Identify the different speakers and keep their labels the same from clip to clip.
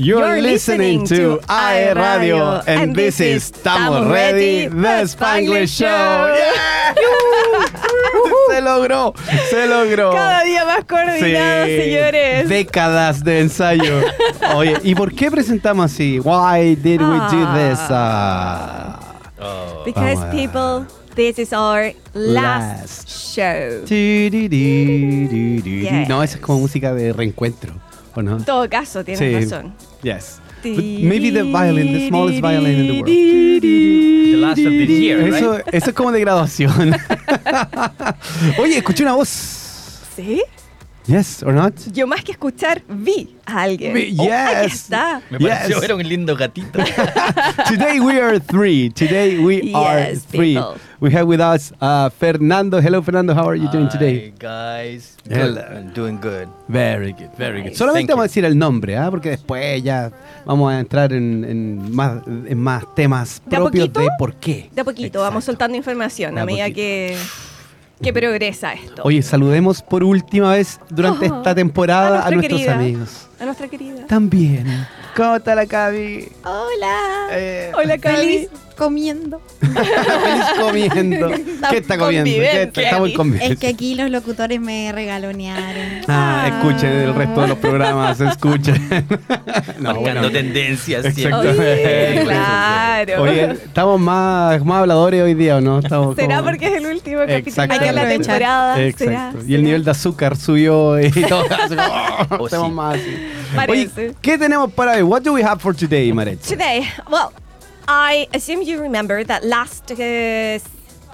Speaker 1: You're,
Speaker 2: You're
Speaker 1: listening,
Speaker 2: listening
Speaker 1: to
Speaker 2: to
Speaker 1: AE Radio,
Speaker 2: Radio,
Speaker 1: and this is Estamos Ready, The Spanglish Show. Yeah. se logró, se logró.
Speaker 2: Cada día más coordinado,
Speaker 1: Sí,
Speaker 2: señores.
Speaker 1: Décadas de ensayo. Oye, ¿y por qué presentamos así? Why did we do this? Ah.
Speaker 2: Because
Speaker 1: Vamos a-
Speaker 2: people, this is our last,
Speaker 1: Last.
Speaker 2: show.
Speaker 1: Ti, di, di, di, di.
Speaker 2: Yes.
Speaker 1: No, esa es como música de reencuentro, ¿o no?
Speaker 2: En todo caso, tienes
Speaker 1: Sí.
Speaker 2: razón.
Speaker 1: Yes. But maybe the violin, the smallest violin in the world.
Speaker 3: The last of this year, right?
Speaker 1: Eso, eso es como de graduación. Oye, escuché una voz.
Speaker 2: ¿Sí?
Speaker 1: Yes or not?
Speaker 2: Yo más que escuchar, vi a alguien.
Speaker 1: Vi-
Speaker 2: Oh, aquí
Speaker 1: yes.
Speaker 2: está.
Speaker 3: Me
Speaker 1: Yes.
Speaker 3: pareció, era un lindo gatito.
Speaker 1: Today we are three. Today we are
Speaker 2: Yes,
Speaker 1: three.
Speaker 2: people.
Speaker 1: We have with us uh, Fernando. Hello, Fernando. How are you doing today?
Speaker 3: Hi, guys.
Speaker 1: Hello.
Speaker 3: Good. I'm doing good.
Speaker 1: Very good, very
Speaker 3: good.
Speaker 1: Solamente
Speaker 3: Thank
Speaker 1: vamos a decir el nombre, ¿ah? porque después ya vamos a entrar en, en más, en más temas
Speaker 2: ¿De a
Speaker 1: propios
Speaker 2: poquito?
Speaker 1: de por qué.
Speaker 2: De a poquito, vamos
Speaker 1: Exacto.
Speaker 2: soltando información
Speaker 1: De a
Speaker 2: a medida
Speaker 1: poquito.
Speaker 2: que, que progresa esto.
Speaker 1: Oye, saludemos por última vez durante
Speaker 2: Oh,
Speaker 1: esta temporada a,
Speaker 2: nuestra
Speaker 1: nuestros
Speaker 2: querida.
Speaker 1: amigos.
Speaker 2: A nuestra querida.
Speaker 1: También. ¿Cómo está la Cavi?
Speaker 4: Hola.
Speaker 1: Eh,
Speaker 2: Hola, Cali.
Speaker 4: Feliz comiendo.
Speaker 1: feliz comiendo. ¿Qué está comiendo? ¿Qué está-
Speaker 2: Convivencia.
Speaker 1: Estamos en convivencia.
Speaker 4: Es que aquí los locutores me regalonearon.
Speaker 1: Ah, escuchen el resto de los programas, escuchen. No,
Speaker 3: Marcando
Speaker 1: bueno.
Speaker 3: tendencias.
Speaker 1: Exacto.
Speaker 2: Oye,
Speaker 1: Exactamente.
Speaker 2: claro.
Speaker 1: Oye, estamos más, más habladores hoy día, ¿o no? Estamos
Speaker 2: Será
Speaker 1: como-
Speaker 2: porque es el último capítulo de
Speaker 1: Exactamente.
Speaker 2: la temporada. ¿Será?
Speaker 1: Exacto. Y el nivel de azúcar subió y todo. así como, oh,
Speaker 3: Oh,
Speaker 1: estamos
Speaker 3: sí.
Speaker 1: más así.
Speaker 2: Parece.
Speaker 1: Oye, ¿qué tenemos para hoy? What do we have for today, Maret?
Speaker 2: Today, well, I assume you remember that last uh, s-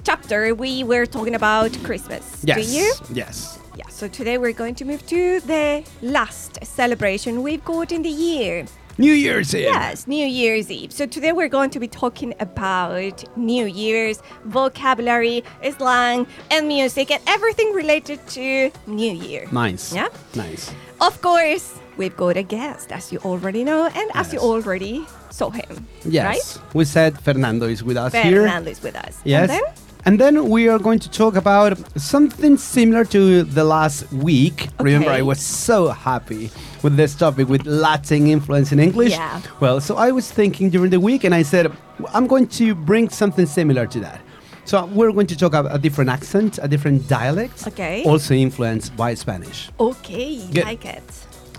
Speaker 2: chapter we were talking about Christmas. Do you?
Speaker 1: Yes.
Speaker 2: Yeah, so today we're going to move to the last celebration we've got in the year.
Speaker 1: New Year's Eve.
Speaker 2: Yes, New Year's Eve. So today we're going to be talking about New Year's vocabulary, slang, and music, and everything related to New Year.
Speaker 1: Nice.
Speaker 2: Yeah.
Speaker 1: Nice.
Speaker 2: Of course, we've got a guest, as you already know, and as you
Speaker 1: Yes.
Speaker 2: already saw him.
Speaker 1: Yes. We said Fernando is with us
Speaker 2: Right?
Speaker 1: here.
Speaker 2: Fernando is with us.
Speaker 1: Yes.
Speaker 2: And then?
Speaker 1: And then we are going to talk about something similar to the last week. Remember, I
Speaker 2: Okay.
Speaker 1: was so happy with this topic with Latin influence in English.
Speaker 2: Yeah.
Speaker 1: Well, so I was thinking during the week, and I said I'm going to bring something similar to that. So we're going to talk about a different accent, a different dialect,
Speaker 2: Okay.
Speaker 1: also influenced by Spanish.
Speaker 2: Okay,
Speaker 1: Good.
Speaker 2: like it.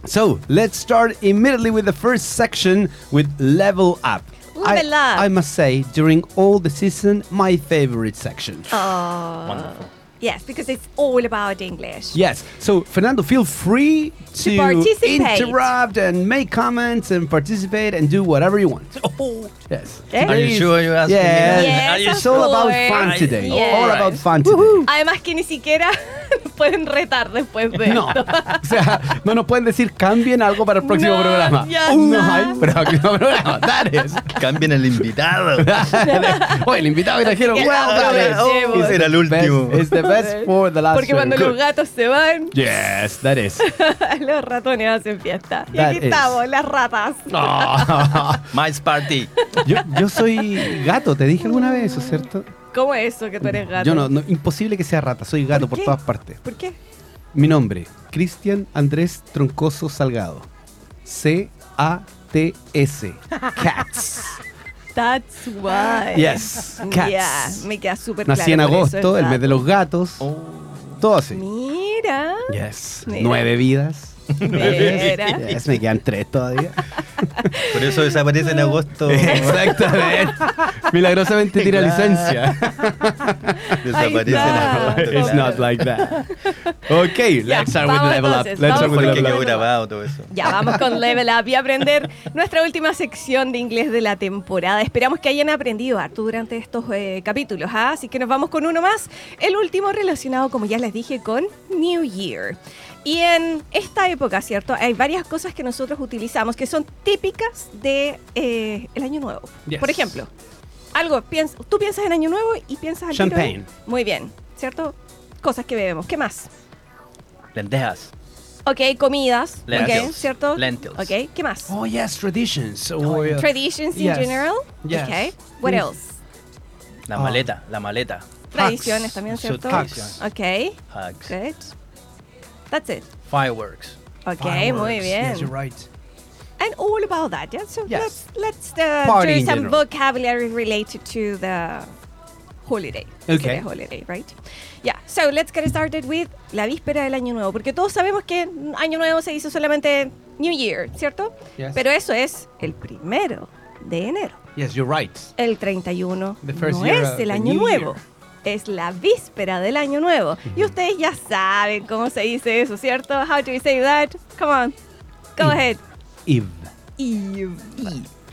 Speaker 1: So let's start immediately with the first section with level up.
Speaker 2: Level
Speaker 1: I,
Speaker 2: up.
Speaker 1: I must say, during all the season, my favorite section.
Speaker 2: Oh.
Speaker 3: Wonderful.
Speaker 2: Yes, because it's all about English.
Speaker 1: Yes. So, Fernando, feel free to,
Speaker 2: participate.
Speaker 1: interrupt and make comments and participate and do whatever you want. Yes.
Speaker 2: Eh?
Speaker 3: Oh, Are you sure you asked me
Speaker 1: Yes.
Speaker 3: that?
Speaker 2: Yes,
Speaker 3: Are you
Speaker 2: of
Speaker 1: It's all about
Speaker 2: course.
Speaker 1: fun today.
Speaker 2: Yes.
Speaker 1: All about fun today.
Speaker 2: Además que ni siquiera nos pueden retar después de
Speaker 1: No,
Speaker 2: esto.
Speaker 1: o sea, no nos pueden decir cambien algo para el próximo
Speaker 2: No,
Speaker 1: programa.
Speaker 2: ya
Speaker 1: no
Speaker 2: no.
Speaker 1: hay próximo programa. That is.
Speaker 3: Cambien el invitado.
Speaker 1: Oye, el invitado que trajeron.
Speaker 2: que
Speaker 1: Well, that is.
Speaker 2: aprovechemos.
Speaker 1: It's
Speaker 3: Ese era el
Speaker 1: the best-
Speaker 3: último.
Speaker 1: It's the best for the last
Speaker 2: Porque
Speaker 1: show.
Speaker 2: cuando los
Speaker 1: Good.
Speaker 2: gatos se van,
Speaker 1: Yes, that is.
Speaker 2: los ratones hacen fiesta. Y
Speaker 1: That
Speaker 2: aquí
Speaker 1: is-
Speaker 2: estamos, las ratas.
Speaker 1: Ah.
Speaker 3: Mice party.
Speaker 1: Yo, yo soy gato, te dije alguna vez eso, ¿cierto?
Speaker 2: ¿Cómo es eso que tú eres gato?
Speaker 1: Yo no, no, imposible que sea rata, soy gato por,
Speaker 2: qué?
Speaker 1: todas partes.
Speaker 2: ¿Por qué?
Speaker 1: Mi nombre, Cristian Andrés Troncoso Salgado. C-A-T-S. Cats.
Speaker 2: That's why.
Speaker 1: Yes, cats.
Speaker 2: Yeah, me queda súper
Speaker 1: Nací
Speaker 2: claro,
Speaker 1: en
Speaker 2: por eso
Speaker 1: agosto,
Speaker 2: es
Speaker 1: el mes de
Speaker 2: gato.
Speaker 1: los gatos. Todo así.
Speaker 2: Mira.
Speaker 1: Yes.
Speaker 2: Mira.
Speaker 1: Nueve vidas.
Speaker 2: Mira.
Speaker 1: Yes, me quedan tres todavía.
Speaker 3: Por eso desaparece en agosto.
Speaker 1: Exactamente. Milagrosamente tira
Speaker 3: Claro.
Speaker 1: licencia.
Speaker 3: Desaparece en
Speaker 2: está.
Speaker 3: agosto.
Speaker 1: It's
Speaker 3: claro.
Speaker 1: not like that. Okay, let's start with
Speaker 2: vamos
Speaker 1: level up.
Speaker 2: entonces,
Speaker 1: Let's
Speaker 2: vamos
Speaker 1: start with level
Speaker 3: Porque quedó
Speaker 1: up.
Speaker 3: grabado todo eso.
Speaker 2: Ya vamos con Level Up y a aprender nuestra última sección de inglés de la temporada. Esperamos que hayan aprendido harto durante estos eh, capítulos, ¿ah? así que nos vamos con uno más, el último relacionado, como ya les dije, con New Year. Y en esta época, ¿cierto? Hay varias cosas que nosotros utilizamos que son típicas de eh, el Año Nuevo.
Speaker 1: Yes.
Speaker 2: Por ejemplo, algo, piens- tú piensas en Año Nuevo y piensas al tiro-
Speaker 1: Champagne.
Speaker 2: Muy bien, ¿cierto? Cosas que bebemos. ¿Qué más?
Speaker 3: Lentejas.
Speaker 2: Ok, comidas.
Speaker 3: Lentils.
Speaker 2: ok, ¿Cierto?
Speaker 3: Lentils.
Speaker 2: Ok, ¿qué más?
Speaker 1: Oh yes, traditions. Oh, yeah.
Speaker 2: Traditions in
Speaker 1: Yes.
Speaker 2: general.
Speaker 1: Yes.
Speaker 2: Okay. What
Speaker 1: Yes.
Speaker 2: else?
Speaker 3: La
Speaker 1: Ah.
Speaker 3: maleta, la maleta.
Speaker 2: Tradiciones también,
Speaker 3: So
Speaker 2: ¿cierto?
Speaker 3: traditions.
Speaker 2: Okay.
Speaker 3: Hugs.
Speaker 2: Good. That's it.
Speaker 3: Fireworks.
Speaker 2: Okay, muy
Speaker 1: Fireworks.
Speaker 2: bien.
Speaker 1: Yes, you're right.
Speaker 2: and all about that. Yeah? So
Speaker 1: Yes.
Speaker 2: let's let's uh,
Speaker 1: Party
Speaker 2: do
Speaker 1: in
Speaker 2: some
Speaker 1: general.
Speaker 2: vocabulary related to the holiday.
Speaker 1: Okay.
Speaker 2: Saturday holiday, right? Yeah. So let's get started with la víspera del año nuevo, porque todos sabemos que año nuevo se dice solamente New Year, ¿cierto?
Speaker 1: Yes.
Speaker 2: Pero eso es el primero de enero.
Speaker 1: Yes, you're right.
Speaker 2: El 31
Speaker 1: The first
Speaker 2: no
Speaker 1: year
Speaker 2: es
Speaker 1: of
Speaker 2: el
Speaker 1: the
Speaker 2: año
Speaker 1: new
Speaker 2: nuevo.
Speaker 1: year.
Speaker 2: Es la víspera del año nuevo. Y ustedes ya saben cómo se dice eso, ¿cierto? How do we say that? Come on. Go
Speaker 1: Mm.
Speaker 2: ahead.
Speaker 1: Eve.
Speaker 2: Eve.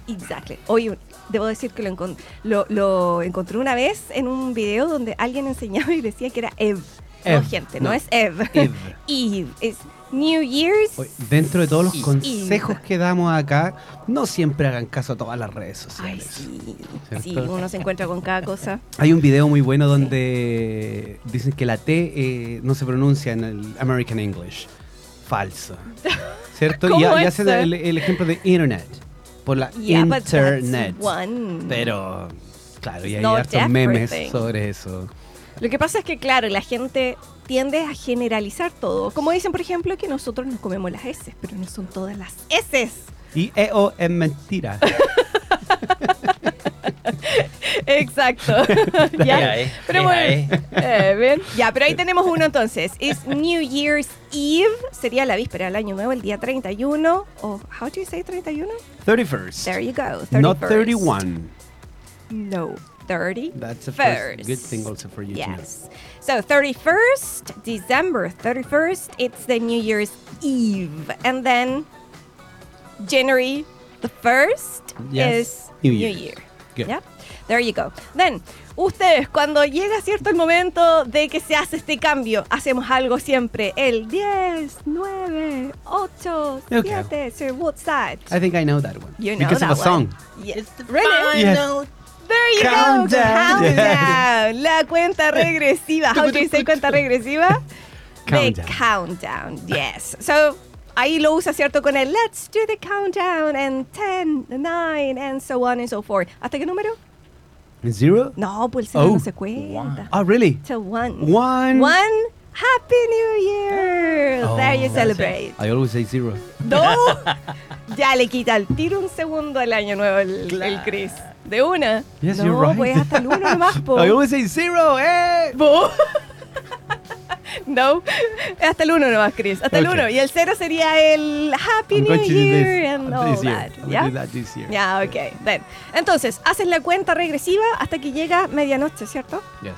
Speaker 2: Exactly. Oye, debo decir que lo, encon- lo, lo encontré una vez en un video donde alguien enseñaba y decía que era Eve.
Speaker 1: Eve,
Speaker 2: No, gente, no,
Speaker 1: no.
Speaker 2: es Eve.
Speaker 1: Eve.
Speaker 2: Eve. Es New Year's.
Speaker 1: Oye, Dentro de todos los
Speaker 2: Eve.
Speaker 1: consejos que damos acá, no siempre hagan caso a todas las redes
Speaker 2: Ay,
Speaker 1: sociales.
Speaker 2: sí.
Speaker 1: ¿Cierto?
Speaker 2: Sí, uno se encuentra con cada cosa.
Speaker 1: Hay un video muy bueno donde dicen que la T eh, no se pronuncia en el American English. Falso. ¿Cierto? y,
Speaker 2: ¿Cómo
Speaker 1: y
Speaker 2: es
Speaker 1: hacen
Speaker 2: eso?
Speaker 1: el, el ejemplo de Internet. Por la
Speaker 2: Yeah, but pues, that's
Speaker 1: Internet.
Speaker 2: one.
Speaker 1: Pero, claro, y hay
Speaker 2: Not
Speaker 1: hartos memes
Speaker 2: everything.
Speaker 1: sobre eso.
Speaker 2: Lo que pasa es que, claro, la gente tiende a generalizar todo. Como dicen, por ejemplo, que nosotros nos comemos las S, pero no son todas las S.
Speaker 1: Y EO es mentira.
Speaker 2: Exacto.
Speaker 3: Mira, eh,
Speaker 2: Pero bueno,
Speaker 3: mira, eh.
Speaker 2: eh, ¿ven? Ya, pero ahí tenemos uno entonces. Es New Year's Eve, sería la víspera del año nuevo, el día 31. O, how do you say 31?
Speaker 1: 31st.
Speaker 2: There you go. 31st.
Speaker 1: Not 31.
Speaker 2: No, 30.
Speaker 1: That's a
Speaker 2: First.
Speaker 1: first good thing also for you to know.
Speaker 2: Yes. So 31st, December 31st, it's the New Year's Eve. And then January the 1st
Speaker 1: Yes,
Speaker 2: is New,
Speaker 1: New
Speaker 2: Year.
Speaker 1: Year's. Good.
Speaker 2: Yep. There you go. Then, ustedes, cuando llega cierto el momento de que se hace este cambio, hacemos algo siempre. El 10, 9, 8,
Speaker 1: Okay.
Speaker 2: 7, Sir Woodside.
Speaker 1: I think I know that one.
Speaker 2: You know
Speaker 1: because
Speaker 2: that
Speaker 1: of a
Speaker 2: one.
Speaker 1: song.
Speaker 2: Yes. Really?
Speaker 1: Yes.
Speaker 2: There you go.
Speaker 1: Countdown.
Speaker 2: Countdown. La cuenta regresiva. How do you say cuenta regresiva? The
Speaker 1: Countdown.
Speaker 2: countdown. Yes. So ahí lo usa cierto con el let's do the countdown and 10, 9 and so on and so forth. ¿Hasta qué número?
Speaker 1: Zero?
Speaker 2: No, pues el cero
Speaker 1: Oh.
Speaker 2: no se cuenta.
Speaker 1: Oh, really?
Speaker 2: Till one.
Speaker 1: One.
Speaker 2: One. Happy New Year.
Speaker 1: Oh.
Speaker 2: There you celebrate.
Speaker 1: I always say zero.
Speaker 2: No. Ya le quita al tiro un segundo al año nuevo el, el Chris. De una.
Speaker 1: Yes,
Speaker 2: no,
Speaker 1: you're right.
Speaker 2: pues hasta el uno nomás, po.
Speaker 1: I always say zero, eh!
Speaker 2: Po. No, hasta el uno nomás, Chris. Hasta el
Speaker 1: Okay.
Speaker 2: uno. Y el cero sería el Happy
Speaker 1: I'm
Speaker 2: New
Speaker 1: going to do
Speaker 2: Year
Speaker 1: this
Speaker 2: and
Speaker 1: uh,
Speaker 2: all
Speaker 1: this year.
Speaker 2: that.
Speaker 1: I'm
Speaker 2: ¿ya?
Speaker 1: gonna do that this year.
Speaker 2: Ya, ok. Ven. Entonces, haces la cuenta regresiva hasta que llega medianoche, ¿cierto?
Speaker 1: Yes.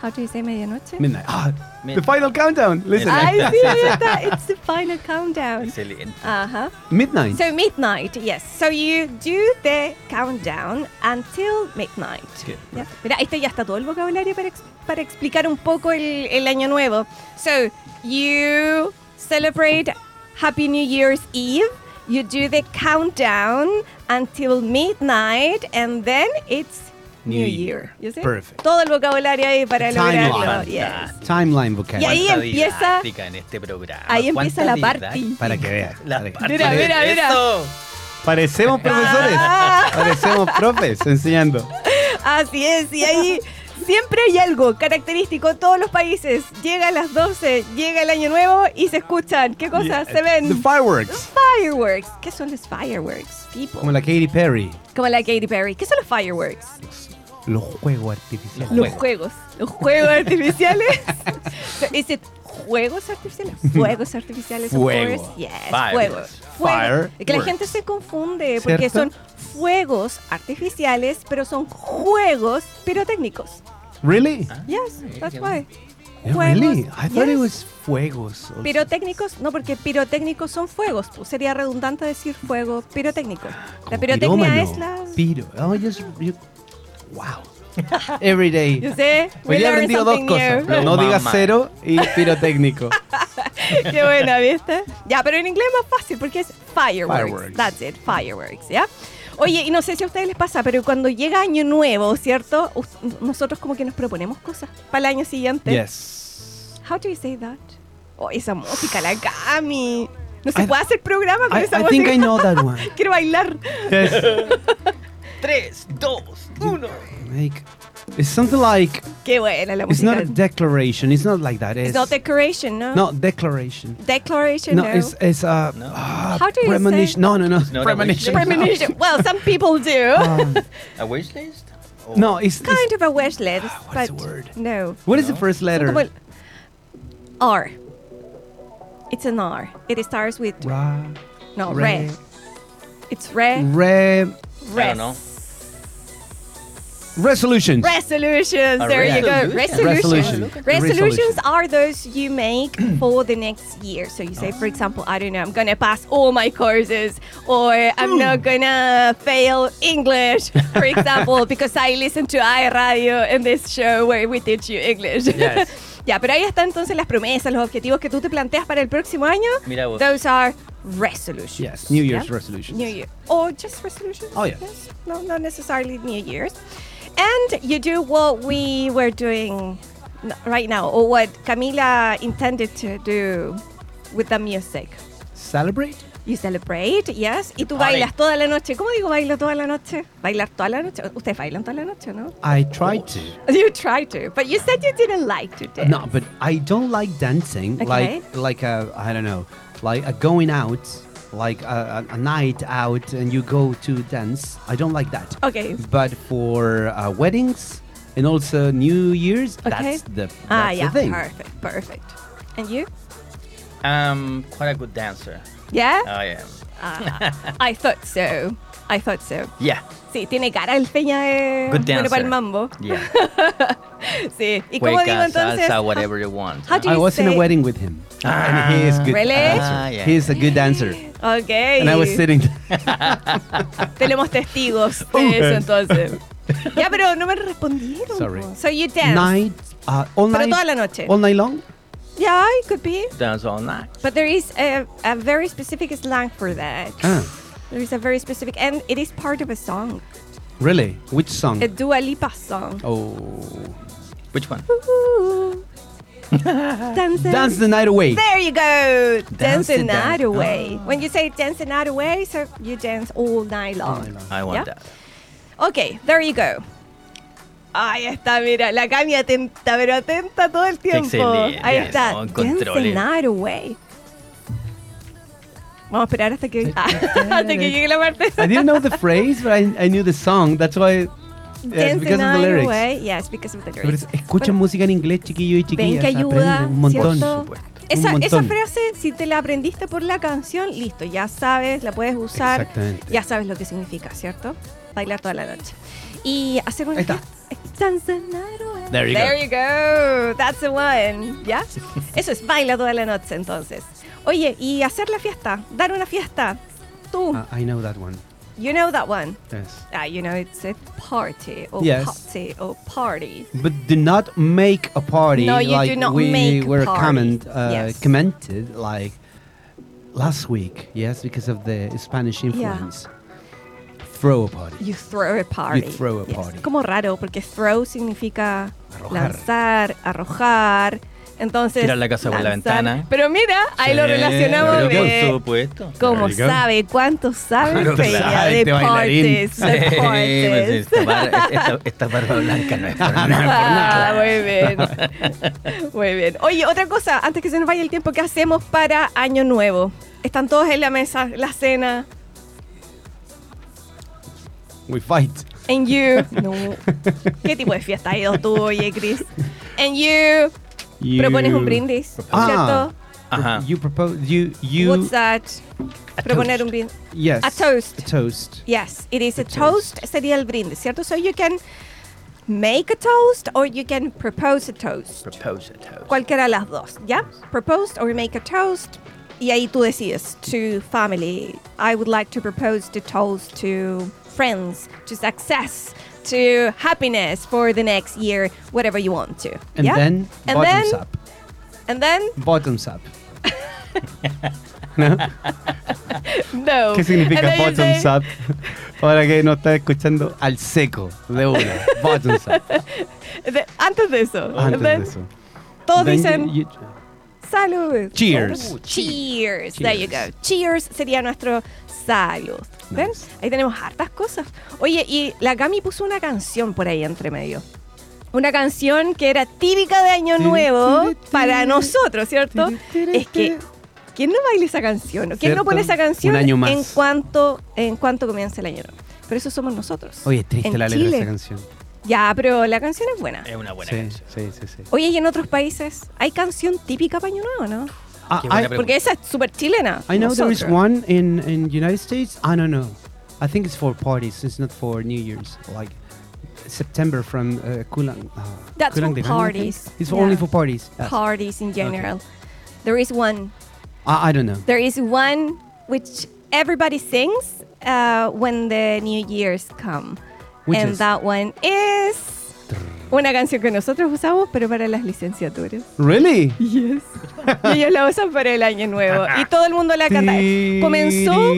Speaker 2: How do you say medianoche?
Speaker 1: Midnight. Ah,
Speaker 3: Mid-
Speaker 1: the final countdown. Listen.
Speaker 2: Ay, sí, está. It's the final countdown.
Speaker 3: Excelente.
Speaker 2: Ajá.
Speaker 1: Midnight.
Speaker 2: So midnight, yes. So you do the countdown until midnight.
Speaker 1: Good.
Speaker 2: Yeah. Mira, este ya está todo el vocabulario para, ex- para explicar un poco el, el año nuevo. So you celebrate Happy New Year's Eve. You do the countdown until midnight, and then it's New,
Speaker 1: New
Speaker 2: Year.
Speaker 1: Year.
Speaker 2: You see?
Speaker 1: Perfect.
Speaker 2: Todo el vocabulario ahí para
Speaker 1: The
Speaker 2: lograrlo.
Speaker 1: timeline.
Speaker 2: Yes.
Speaker 1: Timeline vocabulary.
Speaker 2: Y ahí
Speaker 3: ¿Cuánta
Speaker 2: empieza-
Speaker 3: didáctica en este programa?
Speaker 2: Ahí empieza
Speaker 3: ¿Cuánta
Speaker 2: la
Speaker 3: didáctica?
Speaker 2: party.
Speaker 1: Para que veas.
Speaker 3: La
Speaker 1: para que-
Speaker 3: party.
Speaker 2: Mira, mira, mira.
Speaker 3: Eso.
Speaker 1: Parecemos profesores.
Speaker 2: Ah.
Speaker 1: Parecemos profes enseñando.
Speaker 2: Así es, y ahí siempre hay algo característico. Todos los países llega a las 12, llega el año nuevo y se escuchan. ¿Qué cosas
Speaker 1: Yeah,
Speaker 2: se ven?
Speaker 1: eh, The fireworks.
Speaker 2: fireworks. ¿Qué son los fireworks, people?
Speaker 1: Como la Katy Perry.
Speaker 2: Como la Katy Perry. ¿Qué son los fireworks?
Speaker 1: Los juegos artificiales.
Speaker 2: Los juegos. Los juegos artificiales. So, Is it juegos artificiales? Fuegos artificiales, of
Speaker 1: Fuego.
Speaker 2: course. Yes,
Speaker 3: Fireworks.
Speaker 2: fuegos. Fuego. Que la
Speaker 1: Fireworks.
Speaker 2: gente se confunde porque
Speaker 1: ¿Cierto?
Speaker 2: son fuegos artificiales, pero son juegos pirotécnicos.
Speaker 1: Really?
Speaker 2: Yes, that's
Speaker 3: qué
Speaker 2: why.
Speaker 1: Yeah,
Speaker 2: Juegos,
Speaker 1: Eh, really? I thought
Speaker 2: yes.
Speaker 1: it was fuegos. also.
Speaker 2: Pirotécnicos, no, porque pirotécnicos son fuegos. pues, sería redundante decir fuego pirotécnico. La
Speaker 1: Como
Speaker 2: pirotecnia
Speaker 1: pirómano.
Speaker 2: es la.
Speaker 1: Piro. Oh, just, you- Wow. Every day.
Speaker 2: Yo sé, we
Speaker 1: Hoy día he
Speaker 2: learn
Speaker 1: aprendido dos
Speaker 2: something
Speaker 1: cosas.
Speaker 2: new.
Speaker 3: Lo
Speaker 1: No digas
Speaker 3: mamá.
Speaker 1: cero y pirotécnico.
Speaker 2: Qué buena, ¿viste? Ya, pero en inglés es más fácil porque es fireworks.
Speaker 1: Fireworks.
Speaker 2: That's it, fireworks, ¿ya? Oye, y no sé si a ustedes les pasa, pero cuando llega año nuevo, ¿cierto? Us- Nosotros como que nos proponemos cosas para el año siguiente.
Speaker 1: yes.
Speaker 2: How do you say that? Oh, esa música, la Cami. No se
Speaker 1: I-
Speaker 2: puede hacer programa con
Speaker 1: I,
Speaker 2: esa
Speaker 1: I
Speaker 2: música.
Speaker 1: think I know that one.
Speaker 2: Quiero bailar.
Speaker 1: Yes.
Speaker 3: Tres, dos, uno.
Speaker 1: Like, it's something like
Speaker 2: Qué buena la
Speaker 1: It's
Speaker 2: música.
Speaker 1: not a declaration. It's not like that. It's,
Speaker 2: Oh It's not decoration, ¿no?
Speaker 1: no declaration.
Speaker 2: Declaration,
Speaker 1: No,
Speaker 2: no.
Speaker 1: it's it's uh,
Speaker 3: No.
Speaker 1: ah,
Speaker 2: How do you
Speaker 1: premonition-
Speaker 2: say-
Speaker 1: No, no, no.
Speaker 3: not a
Speaker 1: premonition.
Speaker 3: wish
Speaker 2: Premonition. well, some people do.
Speaker 1: Um,
Speaker 3: ¿A wish list? ¿O-
Speaker 1: no, it's, it's-
Speaker 2: kind of a wish list,
Speaker 1: what
Speaker 2: but
Speaker 1: is the word?
Speaker 2: no.
Speaker 1: What is
Speaker 3: No.
Speaker 1: the first letter?
Speaker 2: Como el- R. It's an R. It starts with
Speaker 1: Ra,
Speaker 2: no
Speaker 1: re,
Speaker 2: re. It's re.
Speaker 1: re,
Speaker 3: Mm. I don't know.
Speaker 1: resolutions.
Speaker 2: Resolutions.
Speaker 3: A
Speaker 2: there you go.
Speaker 3: resolution.
Speaker 2: Resolutions.
Speaker 1: Resolution.
Speaker 2: Resolutions
Speaker 1: Resolution.
Speaker 2: are those you make for the next year. So you say,
Speaker 3: Oh.
Speaker 2: for example, I don't know, I'm gonna pass all my courses, or I'm not gonna fail English, for example, because I listen to iRadio in this show where we teach you English.
Speaker 3: Yes.
Speaker 2: ya, pero ahí están entonces las promesas, los objetivos que tú te planteas para el próximo año.
Speaker 3: Mira vos.
Speaker 2: Those are resolutions.
Speaker 1: Yes, New Year's
Speaker 2: Yeah?
Speaker 1: resolutions.
Speaker 2: New Year. Or just resolutions.
Speaker 1: Oh, yeah.
Speaker 2: Yes. No, not necessarily New Year's. And you do what we were doing n- right now, or what Camila intended to do with the music.
Speaker 1: Celebrate?
Speaker 2: You celebrate, yes. Y tú
Speaker 3: Party.
Speaker 2: bailas toda la noche. ¿Cómo digo bailo toda la noche? Bailar toda la noche. Ustedes bailan toda la noche, ¿no?
Speaker 1: I tried to.
Speaker 2: You try to, but you said you didn't like to dance.
Speaker 1: No, but I don't like dancing.
Speaker 2: Okay.
Speaker 1: Like like a I don't know, like a going out, like a, a, a night out, and you go to dance. I don't like that.
Speaker 2: Okay.
Speaker 1: But for uh, weddings and also New Year's,
Speaker 2: Okay.
Speaker 1: that's the that's
Speaker 2: ah,
Speaker 1: the
Speaker 2: yeah.
Speaker 1: thing.
Speaker 2: Perfect, perfect. And you?
Speaker 3: I'm Um, quite a good dancer. Oh,
Speaker 2: Yeah?
Speaker 1: Uh.
Speaker 3: I am.
Speaker 2: Ah, I thought so. I thought so.
Speaker 3: Yeah.
Speaker 2: Sí, tiene cara el peña de
Speaker 3: Good
Speaker 2: bueno para
Speaker 3: dancer.
Speaker 2: el mambo.
Speaker 3: Yeah.
Speaker 2: Sí. ¿Y cómo digo
Speaker 3: Cueca,
Speaker 2: entonces? Ah.
Speaker 3: salsa, whatever you want.
Speaker 2: how do
Speaker 3: huh?
Speaker 1: I
Speaker 2: you
Speaker 1: was in a
Speaker 2: say-
Speaker 1: wedding with him, and he is good.
Speaker 2: Really?
Speaker 1: dancer.
Speaker 3: Ah, yeah.
Speaker 1: He is a good dancer,
Speaker 2: Ok.
Speaker 1: and I was sitting.
Speaker 2: Tenemos testigos de eso entonces. ya, pero no me respondieron.
Speaker 1: Sorry.
Speaker 2: po. So you dance.
Speaker 1: night, uh, all
Speaker 2: Pero
Speaker 1: night,
Speaker 2: toda la noche.
Speaker 1: all night long.
Speaker 2: Yeah, it could be.
Speaker 3: Dance all night.
Speaker 2: But there is a, a very specific slang for that.
Speaker 1: Ah,
Speaker 2: There is a very specific, and it is part of a song,
Speaker 1: really? Which song?
Speaker 2: a Dua Lipa song.
Speaker 1: oh,
Speaker 3: Which one?
Speaker 2: Ooh. Dance,
Speaker 1: dance the night away.
Speaker 2: There you go. Dance
Speaker 3: Dance
Speaker 2: the
Speaker 3: the
Speaker 2: night
Speaker 3: dan-
Speaker 2: away.
Speaker 1: Ah.
Speaker 2: When you say dance the night away, so you dance all night long.
Speaker 1: night long.
Speaker 3: I want
Speaker 2: Yeah?
Speaker 3: that.
Speaker 2: Okay, there you go. Ahí está, mira, la Cami atenta, pero atenta todo el tiempo.
Speaker 3: excelente,
Speaker 2: Ahí está.
Speaker 3: con
Speaker 2: Dance the
Speaker 3: controles.
Speaker 2: night away. Vamos a esperar hasta que, hasta que llegue la parte.
Speaker 1: I didn't know the phrase, but I, I knew the song. That's why. Yes,
Speaker 2: Dance the
Speaker 1: because of the
Speaker 2: night
Speaker 1: lyrics.
Speaker 2: away. Yes, because of the
Speaker 1: Pero
Speaker 2: lyrics.
Speaker 1: es- escuchen
Speaker 2: Bueno,
Speaker 1: música en inglés, chiquillos y
Speaker 2: ven
Speaker 1: chiquillas.
Speaker 2: que ayuda,
Speaker 1: aprenden un montón.
Speaker 2: ¿cierto? Esa,
Speaker 1: Un
Speaker 2: esa
Speaker 1: montón.
Speaker 2: frase, si te la aprendiste por la canción, listo, ya sabes, la puedes usar,
Speaker 1: Exactamente.
Speaker 2: ya sabes lo que significa, ¿cierto? Bailar toda la noche. Y hacer una...
Speaker 1: Ahí está.
Speaker 2: Dance the night away.
Speaker 1: There you go.
Speaker 2: ¿eh? There you go. That's the one. ¿Ya? Eso es baila toda la noche, entonces. Oye, y hacer la fiesta, dar una fiesta. Tú,
Speaker 1: Ah, I know that one.
Speaker 2: you know that one.
Speaker 1: Yes.
Speaker 2: Ah, you know, it's a party or
Speaker 1: Yes.
Speaker 2: party or party.
Speaker 1: But do not make a party
Speaker 2: No, you
Speaker 1: like
Speaker 2: do not
Speaker 1: we
Speaker 2: make a
Speaker 1: were
Speaker 2: party.
Speaker 1: comment, uh,
Speaker 2: Yes.
Speaker 1: commented like last week, yes, because of the Spanish influence. Throw a party.
Speaker 2: You throw a party.
Speaker 1: You throw a party.
Speaker 2: Como raro, porque throw significa
Speaker 1: Arrojar.
Speaker 2: lanzar, arrojar. Entonces.
Speaker 3: Tirar la casa por la
Speaker 2: lanzar.
Speaker 3: ventana.
Speaker 2: Pero mira, ahí lo
Speaker 3: Sí,
Speaker 2: relacionamos
Speaker 3: pero Por
Speaker 2: de.
Speaker 3: supuesto.
Speaker 2: ¿Cómo
Speaker 1: There you go.
Speaker 2: sabe? ¿Cuánto sabe?
Speaker 1: ¿Cuánto
Speaker 2: Peña?
Speaker 1: sabe
Speaker 2: de
Speaker 1: este bailarín?
Speaker 2: partes,
Speaker 3: Sí,
Speaker 2: de
Speaker 3: pues,
Speaker 2: partes.
Speaker 3: esta, barba, esta- esta barba blanca no es para nada.
Speaker 2: Ah, muy bien. Muy bien. Oye, otra cosa, antes que se nos vaya el tiempo, ¿qué hacemos para Año Nuevo? Están todos en la mesa, la cena,
Speaker 1: We fight.
Speaker 2: And you. No. ¿Qué tipo de fiesta ha ido tú, oye, Chris? And you.
Speaker 1: You-
Speaker 2: Propones un brindis,
Speaker 1: Ah.
Speaker 3: Ajá.
Speaker 1: You propose. You. you
Speaker 2: ¿cierto? What's that? Proponer
Speaker 1: toast.
Speaker 2: un brindis.
Speaker 1: Yes.
Speaker 2: a toast.
Speaker 1: A toast.
Speaker 2: Yes, it is a,
Speaker 1: A
Speaker 2: toast.
Speaker 1: toast.
Speaker 2: Sería el brindis, ¿cierto? So you can make a toast or you can propose a toast.
Speaker 3: Propose a toast.
Speaker 2: Cualquiera de las dos, ¿ya? Propose or make a toast. Y ahí tú decides to family. I would like to propose the toast to friends, to success, to happiness for the next year, whatever you want to.
Speaker 1: And
Speaker 2: ¿ya?
Speaker 1: then
Speaker 2: and
Speaker 1: bottoms
Speaker 2: then,
Speaker 1: up.
Speaker 2: and then,
Speaker 1: Bottoms up. ¿No?
Speaker 2: no.
Speaker 1: ¿Qué significa
Speaker 2: And then you
Speaker 1: bottoms
Speaker 2: say-
Speaker 1: up? Ahora que no está escuchando al seco de una. Bottoms up.
Speaker 2: de- antes de
Speaker 1: Antes
Speaker 2: eso. And then
Speaker 1: de eso.
Speaker 2: Todos
Speaker 1: Then
Speaker 2: dicen
Speaker 1: you- you-
Speaker 2: salud.
Speaker 1: Cheers.
Speaker 2: Oh, cheers. There you go. Cheers sería nuestro salud. ¿Ven?
Speaker 1: Nice.
Speaker 2: Ahí tenemos hartas cosas. Oye, y la Cami puso una canción por ahí entre medio. una canción que era típica de Año
Speaker 1: Tiri,
Speaker 2: Nuevo
Speaker 1: tiri, tiri,
Speaker 2: para nosotros, ¿cierto?
Speaker 1: tiri,
Speaker 2: Es que
Speaker 1: tiri.
Speaker 2: ¿quién no baila esa canción? ¿Quién
Speaker 1: ¿Cierto?
Speaker 2: no pone esa canción
Speaker 1: Un año más.
Speaker 2: en cuanto en cuanto comienza el Año Nuevo? Pero eso somos nosotros.
Speaker 1: Oye, es triste
Speaker 2: En
Speaker 1: la letra de
Speaker 2: Chile.
Speaker 1: esa canción. Eh.
Speaker 2: Ya, pero la canción es buena.
Speaker 3: Es una buena
Speaker 1: Sí,
Speaker 3: canción.
Speaker 1: sí, sí, sí.
Speaker 2: Oye, y en otros países hay canción típica para Año Nuevo, ¿no?
Speaker 1: Ah,
Speaker 3: Qué buena
Speaker 1: I-
Speaker 3: pregunta.
Speaker 2: Porque esa es súper chilena.
Speaker 1: I know there is
Speaker 2: Nosotros.
Speaker 1: one in in United States. I don't know. I think it's for parties. It's not for New Year's. Like September from uh, Kulang. Uh,
Speaker 2: That's for
Speaker 1: Kulang Degan, I think.
Speaker 2: parties.
Speaker 1: It's
Speaker 2: Yeah.
Speaker 1: only for parties. Yes.
Speaker 2: Parties in general. There is one.
Speaker 1: Ah, I, I don't know.
Speaker 2: There is one which everybody sings uh, when the New Year's come.
Speaker 1: Which
Speaker 2: And
Speaker 1: is?
Speaker 2: that one is una canción que nosotros usamos, pero para las licenciaturas.
Speaker 1: Really?
Speaker 2: Yes. y ellos la usan para el año nuevo. Y todo el mundo la canta. Comenzó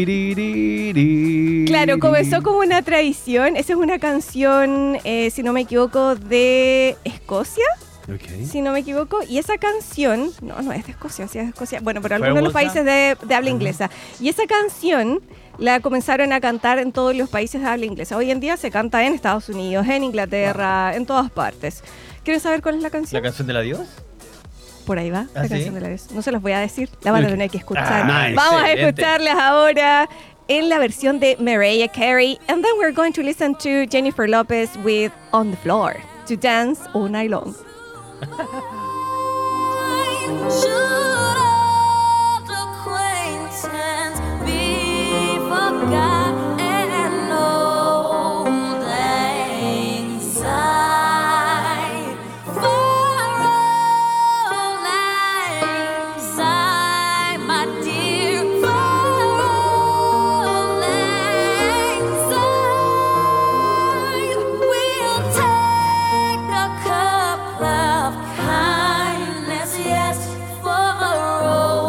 Speaker 2: Claro, comenzó como una tradición. Esa es una canción, eh, si no me equivoco, de Escocia,
Speaker 1: Okay.
Speaker 2: si no me equivoco. Y esa canción, no, no es de Escocia, sí es de Escocia. Bueno, pero
Speaker 3: ¿Fue
Speaker 2: algunos de los países
Speaker 3: Wolfgang?
Speaker 2: de, de habla inglesa. Y esa canción la comenzaron a cantar en todos los países de habla inglesa. Hoy en día se canta en Estados Unidos, en Inglaterra, en todas partes. ¿Quieren saber cuál es la canción?
Speaker 3: ¿La canción de la Dios?
Speaker 2: Por ahí va, la
Speaker 3: ¿Ah, sí?
Speaker 2: canción de la vez. No se las voy a decir, la van a
Speaker 1: Ok.
Speaker 2: tener que escuchar.
Speaker 3: Ah, nice.
Speaker 2: Vamos a
Speaker 3: Excelente.
Speaker 2: escucharlas ahora en la versión de Mariah Carey. And then we're going to listen to Jennifer Lopez with On the Floor to dance all night long.
Speaker 5: Take a cup of kindness, yes, for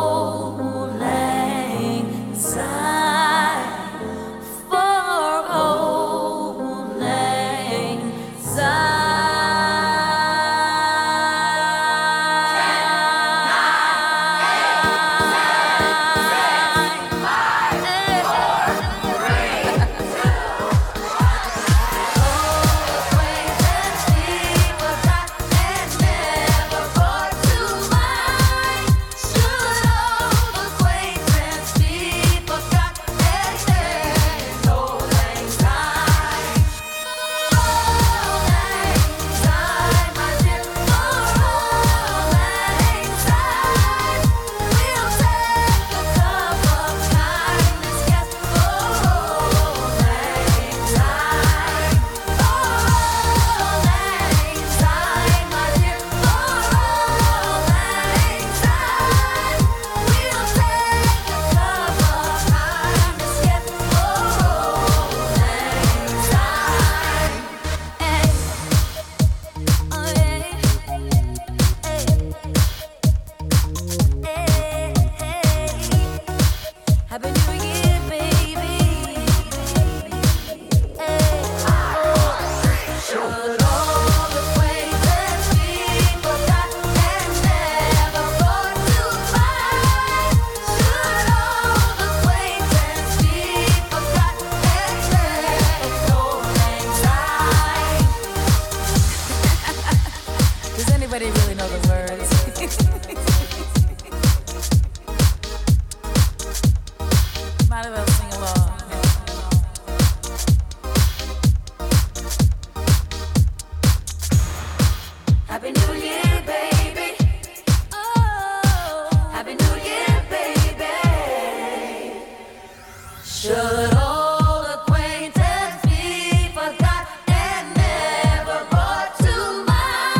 Speaker 6: Oh.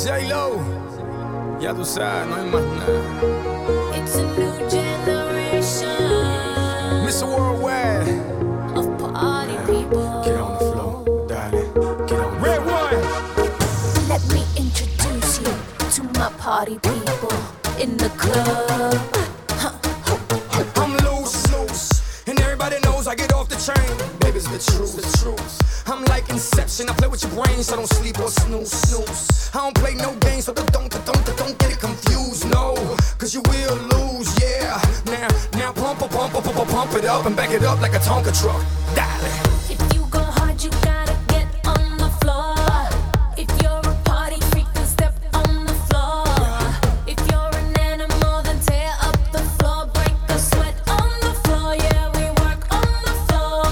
Speaker 5: J-Lo, ya tú sabes, no hay más nada.
Speaker 6: It's a new generation
Speaker 5: Mr. Worldwide.
Speaker 6: of party people.
Speaker 5: Get on the floor, dale. Get on the Red one.
Speaker 6: Let me introduce you to my party people in the club.
Speaker 5: I'm loose, loose. And everybody knows I get off the train. Baby, it's the truth, the truth. I'm like Inception. I play with your brain, so don't sleep or snooze, snooze. I don't play no games, so don't, don't, don't, don't get it confused, no. Cause you will lose, yeah. Now, now pump, pump, pump, pump, pump it up and back it up like a Tonka truck. Dale.
Speaker 6: If you go hard, you gotta get on the floor. If you're a party freak, then step on the floor. If you're an animal, then tear up the floor. Break a sweat on the floor. Yeah, we work on the floor.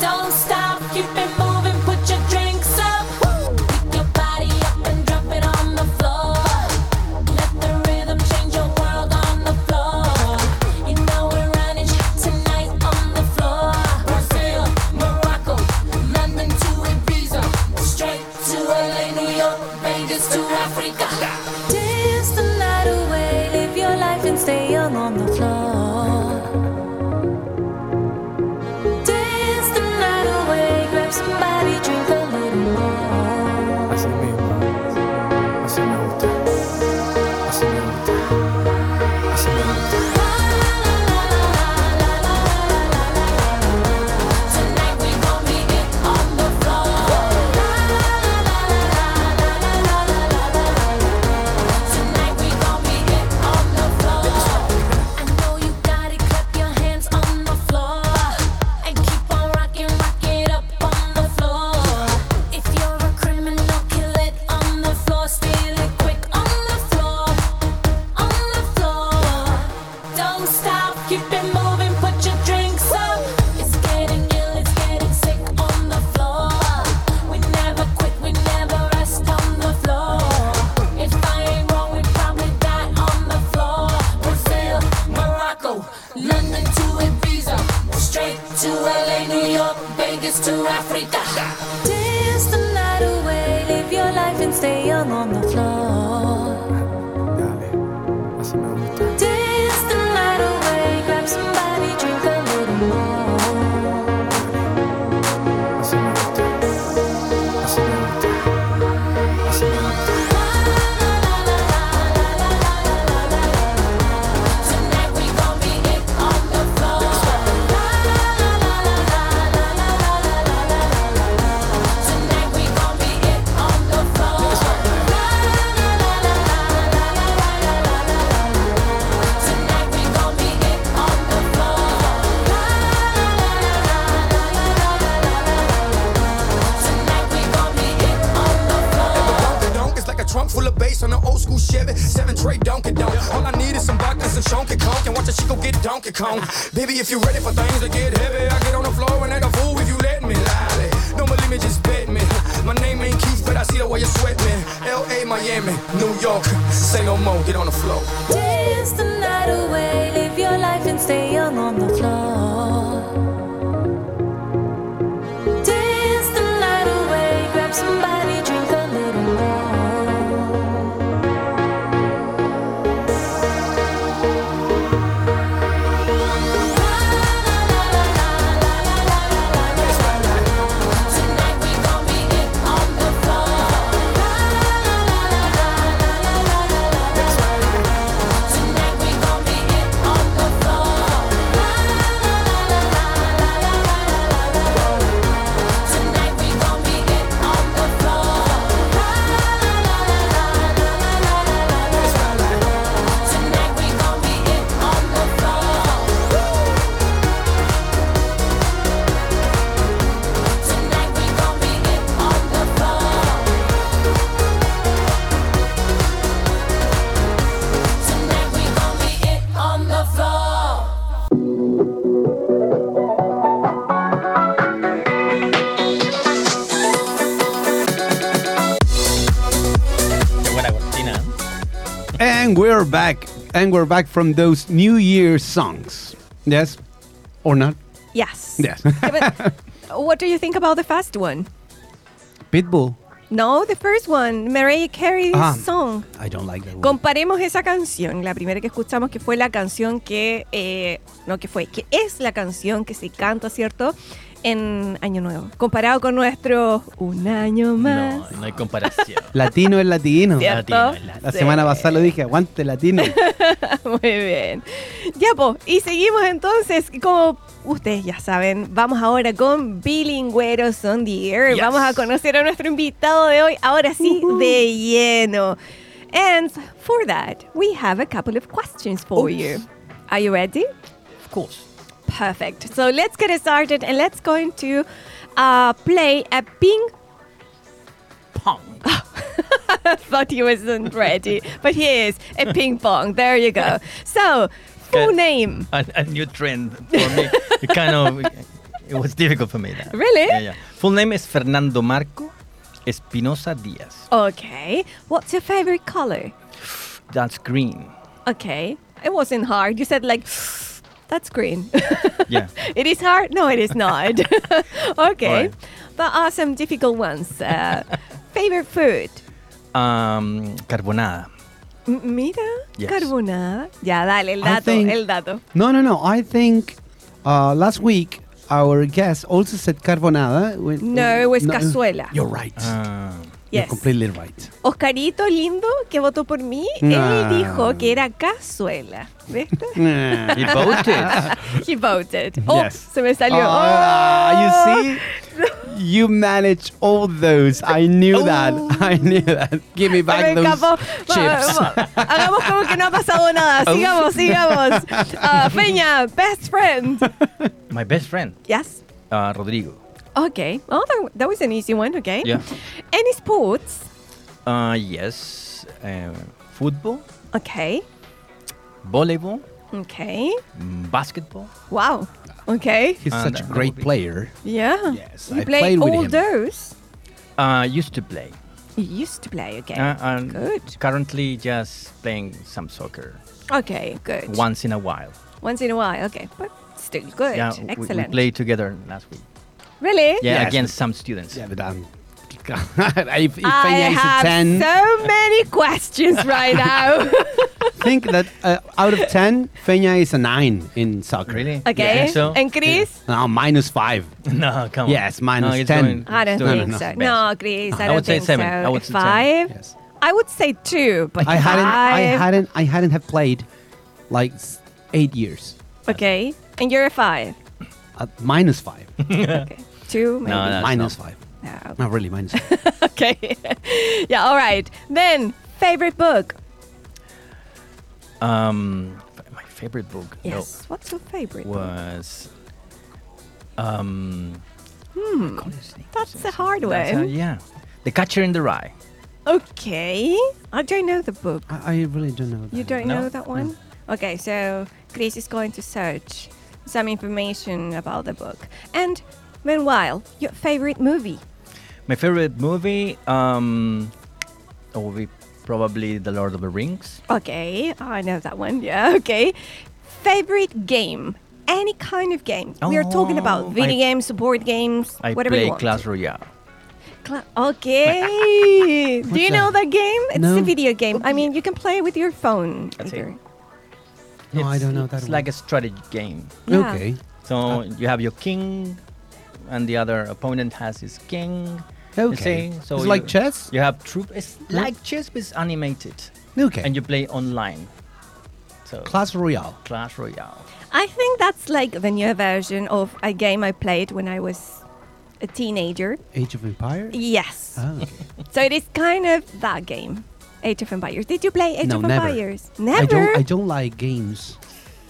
Speaker 6: Don't stop, keep it moving. Put your drinks up. Pick your body up and drop it on the floor. Let the rhythm change your world on the floor. You know we're running hot tonight on the floor. Brazil, Morocco, London to Ibiza, straight to LA, New York, Vegas to Africa. Dance the night away, live your life and stay young on the floor. Dance the night away, grab somebody, drink a little more.
Speaker 5: Así mismo, así me gusta, así me gusta, así me gusta.
Speaker 6: Tonight we gon' be it on the floor. Tonight we gon' be it on the floor. I know you got it, clap your hands on the floor and keep on rocking, rock it up on the floor. If you're a criminal, kill it on the floor, steal it quick on the floor, on the floor. Don't stop, keep it moving, put your drinks up. It's getting ill, it's getting sick on the floor. We never quit, we never rest on the floor. If I ain't wrong, we probably die on the floor. Brazil, Morocco, London to Ibiza, straight to LA, New York, Vegas to Africa. Dance the night away, live your life and stay young on the floor. Dance the night away, grab somebody, drink a little more. Tonight we gon' be it on the floor. Tonight we gon' be it on the floor. Tonight we gon' be it on the floor. Tonight we gon' be it on the floor.
Speaker 5: Donka Donk is like a trunk full of bass on an old school Chevy, seven tray Donkey Donk. All I need is some vodka, some Chonky Conk, and watch a chico get Donkey Kong. Baby, if you ready for things to get heavy, I get on the floor and act a fool if you let me. Lally. Don't believe me, just bet me. My name ain't Keith, but I see the way you sweat me. L.A., Miami, New York, say no more, get on the floor.
Speaker 6: Dance the night away, live your life and stay young on the floor. Dance the night away, grab somebody, drink a little more. Tonight we gon' be it on the floor. Tonight we gon' be it on the floor. Tonight we gon' be it on the floor. Tonight we gon' be it on the floor. Tonight we gon' be it on the floor. Tonight we gon' be it on the floor.
Speaker 3: Qué buena cortina. ¿eh?
Speaker 1: And we're back. And we're back from those New Year songs. Yes? Or not?
Speaker 2: Yes.
Speaker 1: Yes.
Speaker 2: Yeah, but what do you think about the fast one?
Speaker 1: Pitbull.
Speaker 2: No, the first one, Mariah Carey's
Speaker 1: Ah.
Speaker 2: song.
Speaker 1: I don't like that one.
Speaker 2: Comparemos esa canción, la primera que escuchamos, que fue la canción que, eh, no que fue, que es la canción que se canta, ¿cierto? En Año Nuevo. Comparado con nuestro Un Año Más.
Speaker 3: No, no hay comparación.
Speaker 1: Latino es latino.
Speaker 2: ¿Cierto?
Speaker 3: Latino, el latino.
Speaker 1: La semana pasada lo dije, aguante latino.
Speaker 2: Muy bien. Ya, po, y seguimos entonces. Como ustedes ya saben, vamos ahora con Bilingüeros on the Air.
Speaker 3: Yes.
Speaker 2: Vamos a conocer a nuestro invitado de hoy, ahora sí, de lleno. And for that, we have a couple of questions for you. Are you ready?
Speaker 3: of course.
Speaker 2: Perfect. So let's get started and let's go into uh, play a ping.
Speaker 3: Pong.
Speaker 2: I thought he wasn't ready, but he is a ping pong. There you go. So, full
Speaker 3: Okay.
Speaker 2: name.
Speaker 3: a, a new trend for me. It kind of it was difficult for me. That.
Speaker 2: Really?
Speaker 3: Yeah, yeah. Full name is Fernando Marco Espinosa Diaz.
Speaker 2: Okay. What's your favorite color?
Speaker 3: That's green.
Speaker 2: Okay. It wasn't hard. You said like that's green.
Speaker 3: Yeah.
Speaker 2: it is hard? No, it is not. okay.
Speaker 3: Alright.
Speaker 2: There are some difficult ones. Uh, favorite food?
Speaker 3: Um, carbonada.
Speaker 2: M- Mira,
Speaker 3: Yes.
Speaker 2: carbonada. Ya, dale, el
Speaker 1: I
Speaker 2: dato,
Speaker 1: think-
Speaker 2: el dato.
Speaker 1: No, no, no. I think uh, last week our guest also said carbonada. We-
Speaker 2: No, it was cazuela.
Speaker 1: You're right.
Speaker 3: Ah,
Speaker 1: You're
Speaker 2: Yes.
Speaker 1: completely right.
Speaker 2: Oscarito lindo, que votó por mí,
Speaker 1: Ah.
Speaker 2: él dijo que era cazuela. ¿Viste?
Speaker 3: he voted.
Speaker 2: He voted. Oh,
Speaker 1: Yes.
Speaker 2: se me salió.
Speaker 1: Ah,
Speaker 2: Oh.
Speaker 1: you see, you manage all those. I knew that. I knew that. Give me
Speaker 2: Se
Speaker 1: back
Speaker 2: Oh. me
Speaker 1: those
Speaker 2: escapó.
Speaker 1: chips. Oh.
Speaker 2: Va- va- Hagamos como que no ha pasado nada. Sigamos, sigamos. Ah, Peña, best friend.
Speaker 3: My best friend,
Speaker 2: Yes.
Speaker 3: uh, Rodrigo.
Speaker 2: Okay. Oh, that, that was an easy one. Okay.
Speaker 3: Yeah.
Speaker 2: Any sports?
Speaker 3: Uh, yes. Uh, football,
Speaker 2: Okay.
Speaker 3: volleyball,
Speaker 2: Okay.
Speaker 3: mm, basketball.
Speaker 2: Wow. Okay.
Speaker 1: He's
Speaker 3: And
Speaker 1: such a
Speaker 3: that
Speaker 1: great
Speaker 3: would be-
Speaker 1: player.
Speaker 2: Yeah.
Speaker 1: Yes,
Speaker 2: You
Speaker 1: I
Speaker 2: play
Speaker 1: played with
Speaker 2: all
Speaker 1: him.
Speaker 2: those.
Speaker 3: Uh, used to play.
Speaker 2: You used to play. Okay.
Speaker 3: Uh, and
Speaker 2: good.
Speaker 3: Currently, just playing some soccer
Speaker 2: Okay. Good.
Speaker 3: once in a while.
Speaker 2: Once in a while. Okay. But still good.
Speaker 3: Yeah, we- We,
Speaker 2: Excellent.
Speaker 3: played together last week.
Speaker 2: really?
Speaker 3: Yeah,
Speaker 1: Yes.
Speaker 3: against some students.
Speaker 1: Yeah, but um, if, if
Speaker 2: I
Speaker 1: Peña is a
Speaker 2: have
Speaker 1: 10,
Speaker 2: so many questions right now.
Speaker 1: think that uh, out of 10, Peña is a 9 in soccer.
Speaker 3: Really?
Speaker 2: okay.
Speaker 3: Yeah. So-
Speaker 2: and Chris?
Speaker 1: No, minus 5.
Speaker 3: No, come on.
Speaker 1: Yes, minus
Speaker 3: it's
Speaker 1: 10.
Speaker 3: going-
Speaker 2: I don't
Speaker 3: it's doing
Speaker 2: think
Speaker 1: no,
Speaker 2: so.
Speaker 3: best.
Speaker 2: No, Chris, I,
Speaker 3: I
Speaker 2: don't
Speaker 3: would say
Speaker 2: think
Speaker 3: seven.
Speaker 2: So.
Speaker 3: I would say seven.
Speaker 2: five.
Speaker 1: Yes.
Speaker 2: I would say two, but
Speaker 1: I hadn't, I
Speaker 2: five.
Speaker 1: hadn't, I hadn't have played like s- eight years.
Speaker 2: Okay, and you're a five.
Speaker 1: Uh, minus five.
Speaker 2: Okay, two. Maybe.
Speaker 3: No, that's
Speaker 1: Minus
Speaker 3: not-
Speaker 1: five.
Speaker 2: No.
Speaker 1: Not really minus five.
Speaker 2: Okay. yeah. All right. Then favorite book.
Speaker 3: Um, f- my favorite book no,
Speaker 2: Yes. What's your favorite? book?
Speaker 3: was um. what is it?
Speaker 2: That's a hard
Speaker 3: That's a-
Speaker 2: one.
Speaker 3: yeah, The Catcher in the Rye.
Speaker 2: Okay. I don't know the book.
Speaker 1: I, I really don't know.
Speaker 2: You
Speaker 1: that.
Speaker 2: don't
Speaker 3: No,
Speaker 2: know that one? Okay, so Chris is going to search some information about the book. And meanwhile, your favorite movie.
Speaker 3: My favorite movie um, will be probably The Lord of the Rings.
Speaker 2: Okay, I know that one. Yeah, okay. Favorite game? Any kind of game. we are talking
Speaker 3: Oh,
Speaker 2: about video
Speaker 3: I-
Speaker 2: games, board games,
Speaker 3: I
Speaker 2: whatever
Speaker 3: play
Speaker 2: you want.
Speaker 3: Clash Royale.
Speaker 2: Cla- okay. Do you
Speaker 1: What's
Speaker 2: know
Speaker 1: that?
Speaker 2: that game? It's
Speaker 1: No.
Speaker 2: a video game. I mean, you can play with your phone.
Speaker 3: That's it.
Speaker 2: either.
Speaker 1: No, I don't know that
Speaker 3: It's
Speaker 1: one. Ah.
Speaker 3: like a strategy game.
Speaker 2: Yeah.
Speaker 1: Okay.
Speaker 3: So you have your king, and the other opponent has his king. you
Speaker 1: Okay.
Speaker 3: see? So
Speaker 1: It's like
Speaker 3: you-
Speaker 1: chess?
Speaker 3: You have troop. It's like chess, but it's animated,
Speaker 1: Okay.
Speaker 3: and you play online. So
Speaker 1: Clash Royale.
Speaker 3: Clash Royale.
Speaker 2: I think that's like the newer version of a game I played when I was a teenager.
Speaker 1: Age of Empire?
Speaker 2: Yes.
Speaker 1: Oh, okay.
Speaker 2: So it is kind of that game. Age of Empires. Did you play Age
Speaker 1: No,
Speaker 2: of
Speaker 1: never.
Speaker 2: Empires?
Speaker 1: I
Speaker 2: Never.
Speaker 1: don't I don't like games.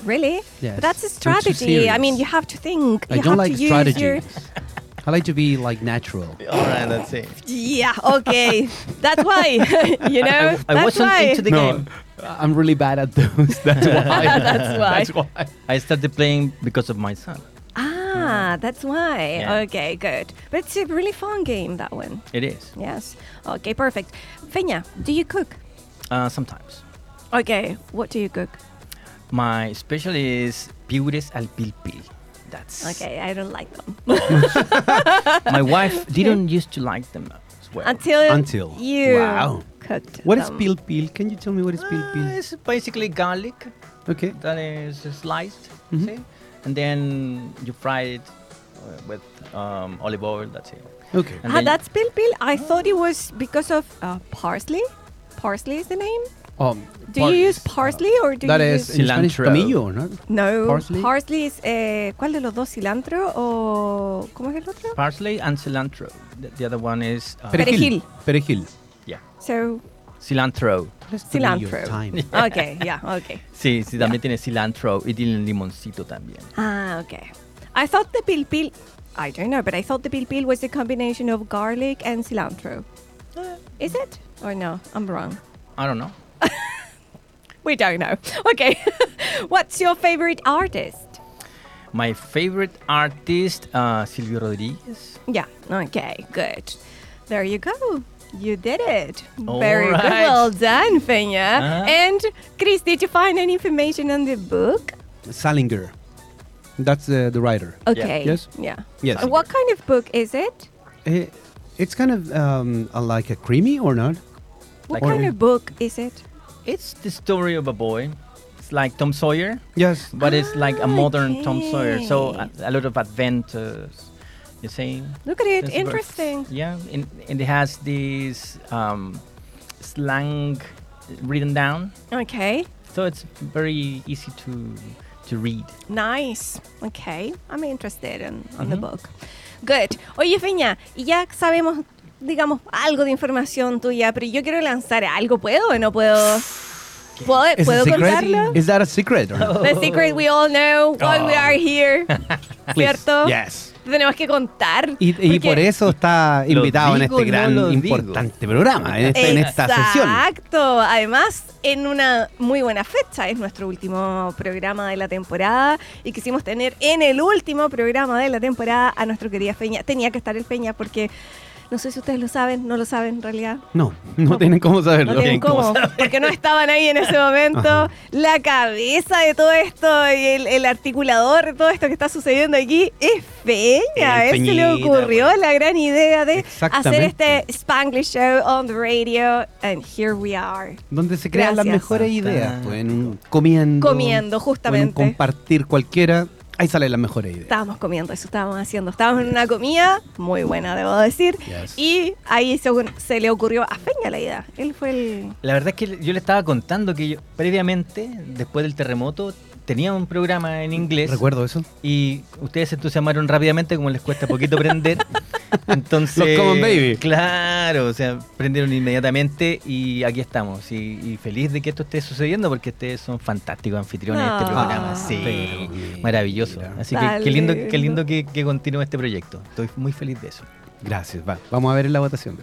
Speaker 2: Really?
Speaker 1: Yes.
Speaker 2: But that's a
Speaker 1: I'm too
Speaker 2: strategy. I mean,
Speaker 1: serious.
Speaker 2: you have to think.
Speaker 1: I
Speaker 2: you
Speaker 1: don't
Speaker 2: have
Speaker 1: like
Speaker 2: to use
Speaker 1: strategies.
Speaker 2: Your...
Speaker 1: I like to be like natural.
Speaker 3: All right, that's it.
Speaker 2: Yeah. Okay. that's why. you know.
Speaker 3: I
Speaker 2: that's
Speaker 3: wasn't
Speaker 2: why.
Speaker 3: into the game.
Speaker 1: I'm really bad at those. That's why.
Speaker 2: that's why.
Speaker 1: That's why.
Speaker 3: I started playing because of my son.
Speaker 2: Ah, that's why.
Speaker 3: Yeah.
Speaker 2: Okay, good. But it's a really fun game that one.
Speaker 3: It is
Speaker 2: Yes. Okay, perfect. Fenya, do you cook?
Speaker 3: uh, sometimes.
Speaker 2: Okay. What do you cook?
Speaker 3: My special is piures al pil pil. That's
Speaker 2: Okay, I don't like them.
Speaker 3: my wife didn't used to like them. fuego.
Speaker 2: Until,
Speaker 1: Until.
Speaker 2: you
Speaker 1: Wow.
Speaker 2: cooked
Speaker 1: What is
Speaker 2: them.
Speaker 1: pil pil? Can you tell me what is pil
Speaker 3: Uh,
Speaker 1: pil?
Speaker 3: it's basically garlic
Speaker 1: Okay.
Speaker 3: that is sliced,
Speaker 1: Mhm.
Speaker 3: see? And then you fry it uh, with um, olive oil, that's it.
Speaker 1: Okay.
Speaker 3: And
Speaker 2: ah,
Speaker 3: then-
Speaker 2: that's pil pil. I thought it was because of uh, parsley. Parsley is the name.
Speaker 1: Um,
Speaker 2: Do you use parsley or do
Speaker 1: That
Speaker 2: you
Speaker 1: is
Speaker 2: use
Speaker 1: in Spanish
Speaker 3: Cilantro.
Speaker 1: tomillo, ¿no?
Speaker 2: no
Speaker 1: parsley?
Speaker 2: is eh, ¿cuál de los dos cilantro o cómo es el otro?
Speaker 1: Ah,
Speaker 3: Parsley and cilantro. The, the other one is uh,
Speaker 2: Perejil.
Speaker 1: Perejil.
Speaker 3: Yeah,
Speaker 2: So
Speaker 3: cilantro.
Speaker 2: Cilantro.
Speaker 1: Tomillo, thyme.
Speaker 2: okay, yeah, okay.
Speaker 3: Sí, sí, también tiene cilantro y tiene limoncito también.
Speaker 2: Ah, okay. I thought the pil pil. I don't know, but I thought the pil pil was a combination of garlic and cilantro.
Speaker 1: Eh.
Speaker 2: Is it or no? I'm wrong.
Speaker 3: I don't know.
Speaker 2: We don't know. Okay. What's your favorite artist?
Speaker 3: My favorite artist, uh, Silvio Rodriguez.
Speaker 2: Yeah. Okay. Good. There you go. You did it.
Speaker 3: All
Speaker 2: Very good.
Speaker 3: right.
Speaker 2: Well done, Fenya.
Speaker 3: Uh-huh.
Speaker 2: And Chris, did you find any information on the book?
Speaker 1: Salinger. That's uh, the writer.
Speaker 2: Okay.
Speaker 1: Yes.
Speaker 2: Yeah.
Speaker 1: Yes.
Speaker 2: And What kind of book is it?
Speaker 1: Eh, it's kind of um, uh, like a creamy or not?
Speaker 2: What
Speaker 3: Like-
Speaker 2: kind of book is it?
Speaker 3: It's the story of a boy. It's like Tom Sawyer,
Speaker 1: Yes.
Speaker 3: but it's like a modern Tom Sawyer. So a,
Speaker 2: Okay.
Speaker 3: a lot of adventures. You see?
Speaker 2: Look at it.
Speaker 3: That's about-
Speaker 2: Interesting.
Speaker 3: yeah, and, and it has this um, slang written down,
Speaker 2: Okay.
Speaker 3: so it's very easy to to read.
Speaker 2: Nice. Okay. I'm interested in
Speaker 1: Uh-huh.
Speaker 2: on the book. Good. Oye, Feña, y ya sabemos, digamos, algo de información tuya, pero yo quiero lanzar algo. ¿Puedo o no puedo? ¿Puedo,
Speaker 1: Is it
Speaker 2: ¿puedo
Speaker 1: secret?
Speaker 2: contarlo?
Speaker 1: Is that a secret or not?
Speaker 2: The secret we all know why we are here. ¿Cierto?
Speaker 1: Yes.
Speaker 2: Tenemos que contar.
Speaker 1: Y, y por
Speaker 2: porque-
Speaker 1: eso está
Speaker 3: Lo
Speaker 1: invitado en
Speaker 3: digo,
Speaker 1: este
Speaker 3: no
Speaker 1: gran,
Speaker 3: lo digo.
Speaker 1: importante programa, en esta, en esta sesión.
Speaker 2: Exacto. Además, en una muy buena fecha. Es nuestro último programa de la temporada. Y quisimos tener en el último programa de la temporada a nuestro querido Peña. Tenía que estar el Peña porque. No sé si ustedes lo saben, no lo saben en realidad.
Speaker 1: No, no tienen cómo saberlo.
Speaker 2: No tienen cómo, porque no estaban ahí en ese momento.
Speaker 1: Ajá.
Speaker 2: La cabeza de todo esto y el, el articulador de todo esto que está sucediendo aquí es Peña. A
Speaker 3: El
Speaker 2: él se le
Speaker 3: Peñita,
Speaker 2: ocurrió
Speaker 3: güey.
Speaker 2: la gran idea de hacer
Speaker 1: Exactamente.
Speaker 2: este Spanglish Show on the radio. And here we are.
Speaker 1: Donde se crean las
Speaker 2: Gracias.
Speaker 1: mejores ideas. pues, en un comiendo.
Speaker 2: Comiendo,
Speaker 1: o En
Speaker 2: justamente.
Speaker 1: un compartir cualquiera. Ahí salen las mejores ideas.
Speaker 2: Estábamos comiendo, eso estábamos haciendo. Estábamos en una comida muy buena, debo decir.
Speaker 1: Yes.
Speaker 2: Y ahí se, se le ocurrió a Peña la idea. Él fue el...
Speaker 3: La verdad es que yo le estaba contando que yo, previamente, después del terremoto, tenía un programa en inglés.
Speaker 1: Recuerdo eso.
Speaker 3: Y ustedes se entusiasmaron rápidamente, como les cuesta poquito aprender. Entonces.
Speaker 1: Los Common Baby.
Speaker 3: Claro, o sea, aprendieron inmediatamente y aquí estamos. Y, y feliz de que esto esté sucediendo porque ustedes son fantásticos anfitriones de este
Speaker 2: Ah,
Speaker 3: programa. Sí,
Speaker 1: pero mira.
Speaker 3: maravilloso. Así que
Speaker 2: Tan
Speaker 3: qué lindo, qué
Speaker 2: lindo.
Speaker 3: lindo que, que continúe este proyecto. Estoy muy feliz de eso.
Speaker 1: Gracias. va. Vamos a ver en la votación.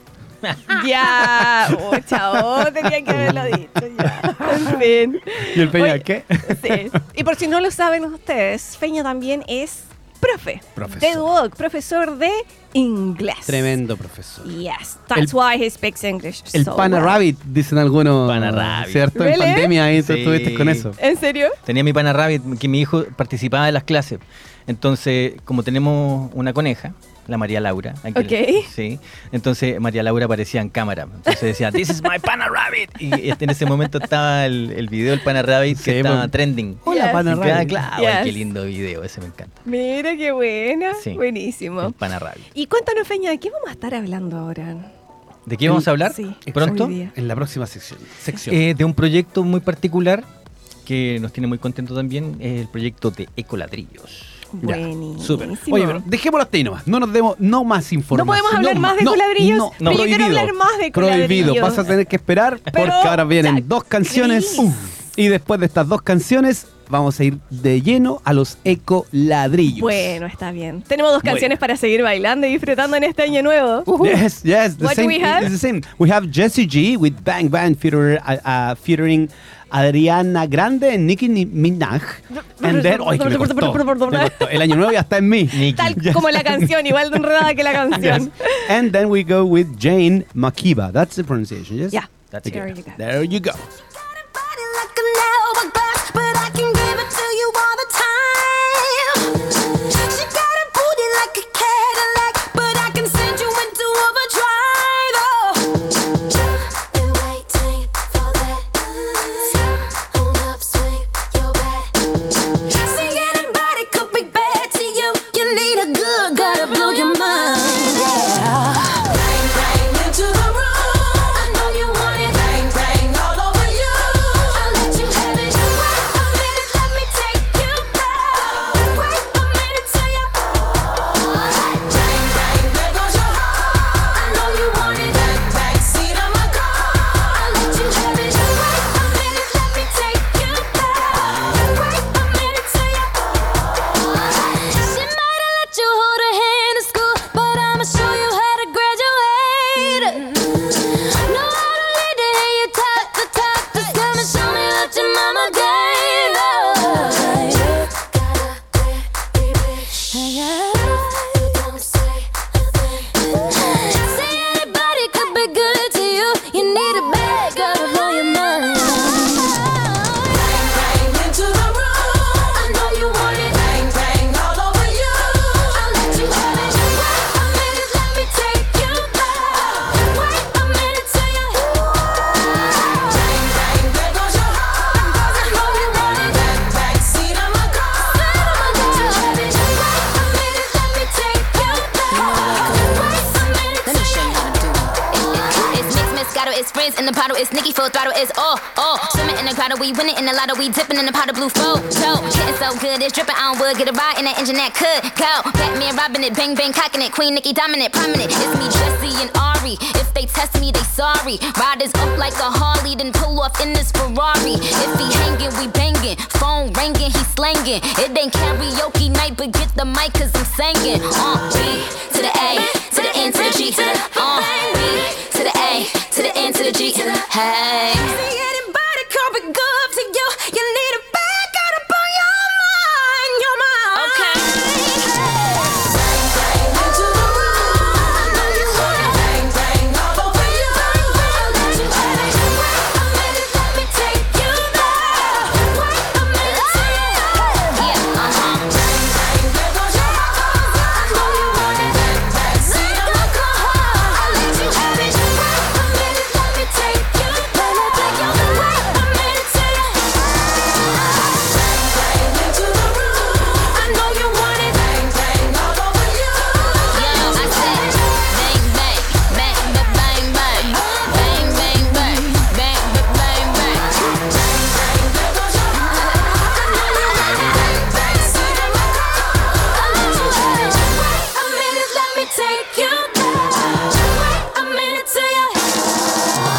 Speaker 2: Ya, oh, chao, tenía que haberlo dicho ya. En fin.
Speaker 1: ¿Y el Peña
Speaker 2: Oye,
Speaker 1: qué?
Speaker 2: Sí. Y por si no lo saben ustedes, Peña también es profe.
Speaker 1: Profesor.
Speaker 2: De Duoc, profesor de inglés.
Speaker 1: Tremendo profesor.
Speaker 2: Yes, that's why he speaks English.
Speaker 1: El
Speaker 2: so
Speaker 1: pana
Speaker 2: well.
Speaker 1: rabbit, dicen algunos.
Speaker 3: Pana rabbit.
Speaker 1: ¿Cierto? En
Speaker 2: ¿Really?
Speaker 1: pandemia ahí tú
Speaker 3: Sí.
Speaker 1: estuviste con eso.
Speaker 2: ¿En serio?
Speaker 3: Tenía mi pana Rabbit, que mi hijo participaba de las clases. Entonces, como tenemos una coneja, la María Laura. aquí
Speaker 2: Ok.
Speaker 3: sí. Entonces, María Laura aparecía en cámara. Entonces decía, This is my pana Rabbit. Y este- en ese momento estaba el, el video del pana Rabbit
Speaker 1: Sí,
Speaker 3: que estaba
Speaker 1: pues.
Speaker 3: trending.
Speaker 1: Hola,
Speaker 2: Yes.
Speaker 1: pana
Speaker 3: Y quedaba
Speaker 1: rabbit.
Speaker 3: claro,
Speaker 2: Yes.
Speaker 3: ay, qué lindo video, ese me encanta.
Speaker 2: Mira qué buena.
Speaker 3: Sí. El
Speaker 2: Buenísimo.
Speaker 3: pana Rabbit.
Speaker 2: Y cuéntanos, Peña, ¿de qué vamos a estar hablando ahora?
Speaker 3: ¿De qué vamos a hablar
Speaker 2: Sí,
Speaker 3: pronto?
Speaker 2: hoy día.
Speaker 1: En la próxima sección. sección.
Speaker 3: Eh, de un proyecto muy particular que nos tiene muy contentos también, es el proyecto de Ecoladrillos.
Speaker 1: Ya,
Speaker 2: Buenísimo.
Speaker 1: súper. Oye, pero dejémoslo hasta ahí nomás. No nos demos no más información.
Speaker 2: podemos hablar más de coladrillos, pero yo quiero hablar más de
Speaker 1: Prohibido.
Speaker 2: coladrillos.
Speaker 1: Vas a tener que esperar
Speaker 2: Pero,
Speaker 1: porque ahora vienen
Speaker 2: Jack,
Speaker 1: dos canciones.
Speaker 2: please.
Speaker 1: Y después de estas dos canciones, vamos a ir de lleno a los ecoladrillos.
Speaker 2: Bueno, está bien. Tenemos dos
Speaker 3: Muy
Speaker 2: canciones
Speaker 3: bien.
Speaker 2: para seguir bailando y disfrutando en este año nuevo.
Speaker 1: Yes, yes. The
Speaker 2: What do
Speaker 1: same,
Speaker 2: we have?
Speaker 1: It's the same. We have Jesse G with Bang Bang feature, uh, uh, featuring Adriana Grande and Nicki Ni- Minaj. And then, ay, que me costó, me costó. El año nuevo ya está en mí.
Speaker 3: Nicki.
Speaker 2: Tal como la canción, igual de enredada que la canción.
Speaker 1: And then we go with Jane Makiba. That's the pronunciation, yes?
Speaker 2: Yeah.
Speaker 3: That's
Speaker 2: There
Speaker 3: it.
Speaker 2: you go.
Speaker 1: There you go.
Speaker 6: She got a booty like a Cadillac, but I can send you into overdrive. Oh.
Speaker 7: it's friends in the bottle, it's Nicki full throttle, it's all, all. Swimming in the grotto, we winning in the lotto, we dipping in the pot of blue flow. So, getting so good, it's dripping on wood, get a ride in that engine that could go. Batman robbing it, bang bang cocking it, Queen Nicki dominant, prominent. It's me, Jesse and Ari. If they test me, they sorry. Riders up like a Harley, then pull off in this Ferrari. If he hanging, we banging. Phone ringing, he slanging. It ain't karaoke night, but get the mic, cause I'm singing. Uh, B to the A, to the N, to the G, to the uh, B to the A, to the N, to the G, to the hey. See anybody coming good to you? You need a back out up on your mind, your mind. Okay. Yeah, uh-huh. Take you back. Wait a minute till you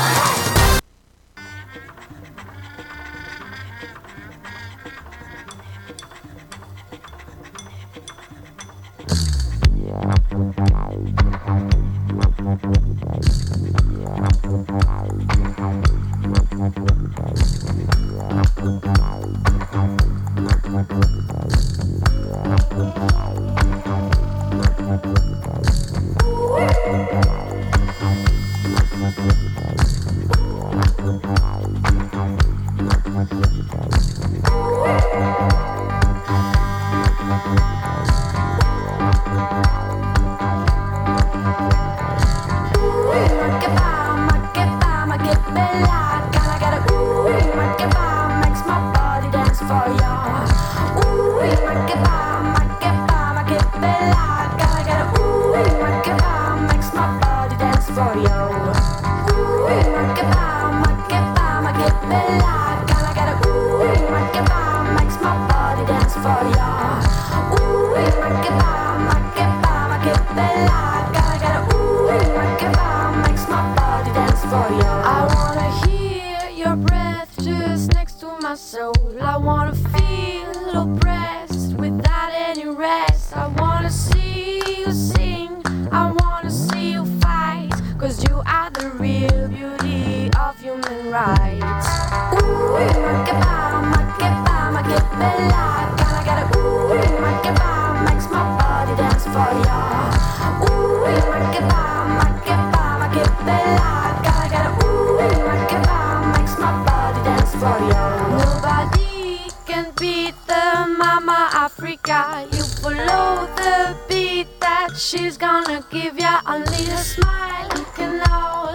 Speaker 8: I wanna hear your breath just next to my soul. I wanna feel oppressed without any rest. I wanna see you sing. I wanna see you fight. Cause you are the real beauty of human rights. Ooh, ma che ba, ma che ba, ma che bella. Gotta get a ooh, ma che ba, makes my body dance for ya. Ooh, ma che ba, ma che ba, ma che bella. Gotta get a ooh, ma che ba, makes my body dance for ya. Nobody can beat the mama Africa. You follow the beat that she's gonna give ya. Only a smile can all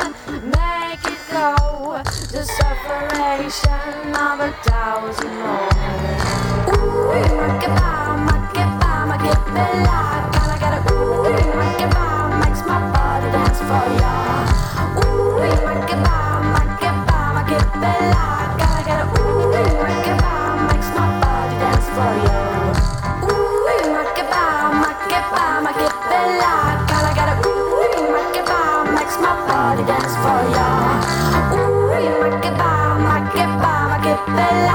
Speaker 8: make it go. The separation of a thousand more. Ooh, ma che ba, ma che ba, ma che bella. Gotta get a ooh, ma che ba, makes my body dance for ya. Ooh, ma che ba, ma che ba, ma che bella. Gotta get a ooh, ma che ba, makes my body dance for you. Ooh, ma che ba, ma che ba, ma che bella. Gotta get a ooh, ma che ba, makes my body dance for you. Ooh, ma che ba, ma che ba, ma che bella.